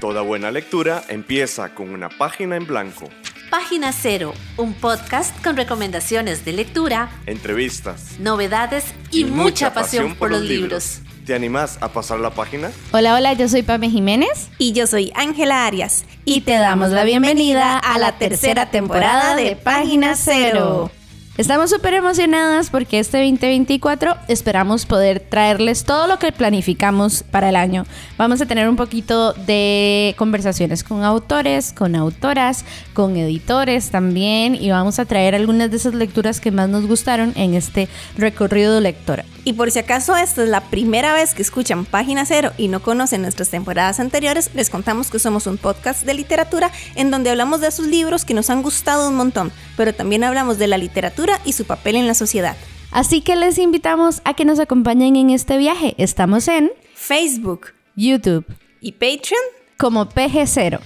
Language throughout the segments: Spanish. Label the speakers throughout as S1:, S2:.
S1: Toda buena lectura empieza con una página en blanco,
S2: Página Cero, un podcast con recomendaciones de lectura,
S1: entrevistas
S2: novedades y, mucha, pasión, por, los libros.
S1: ¿Te animás a pasar la página?
S3: Hola, hola, yo soy Pame Jiménez.
S4: Y yo soy Ángela Arias.
S3: Y te damos la bienvenida a la tercera temporada de Página Cero. Estamos súper emocionadas porque este 2024 esperamos poder traerles todo lo que planificamos para el año. Vamos a tener un poquito de conversaciones con autores, con autoras, con editores también y vamos a traer algunas de esas lecturas que más nos gustaron en este recorrido lectora.
S4: Y por si acaso esta es la primera vez que escuchan Página Cero y no conocen nuestras temporadas anteriores, les contamos que somos un podcast de literatura en donde hablamos de esos libros que nos han gustado un montón, pero también hablamos de la literatura y su papel en la sociedad.
S3: Así que les invitamos a que nos acompañen en este viaje. Estamos en
S4: Facebook
S3: YouTube
S4: y Patreon.
S3: como PG0,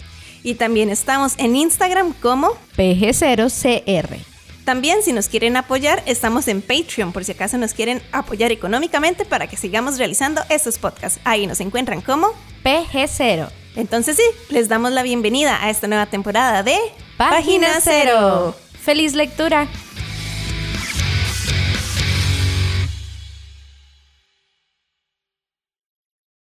S4: Y también estamos en Instagram como...
S3: PG0CR.
S4: También si nos quieren apoyar, estamos en Patreon por si acaso nos quieren apoyar económicamente para que sigamos realizando estos podcasts. Ahí nos encuentran como...
S3: PG0.
S4: Entonces sí, les damos la bienvenida a esta nueva temporada de
S3: Página Cero. ¡Feliz lectura!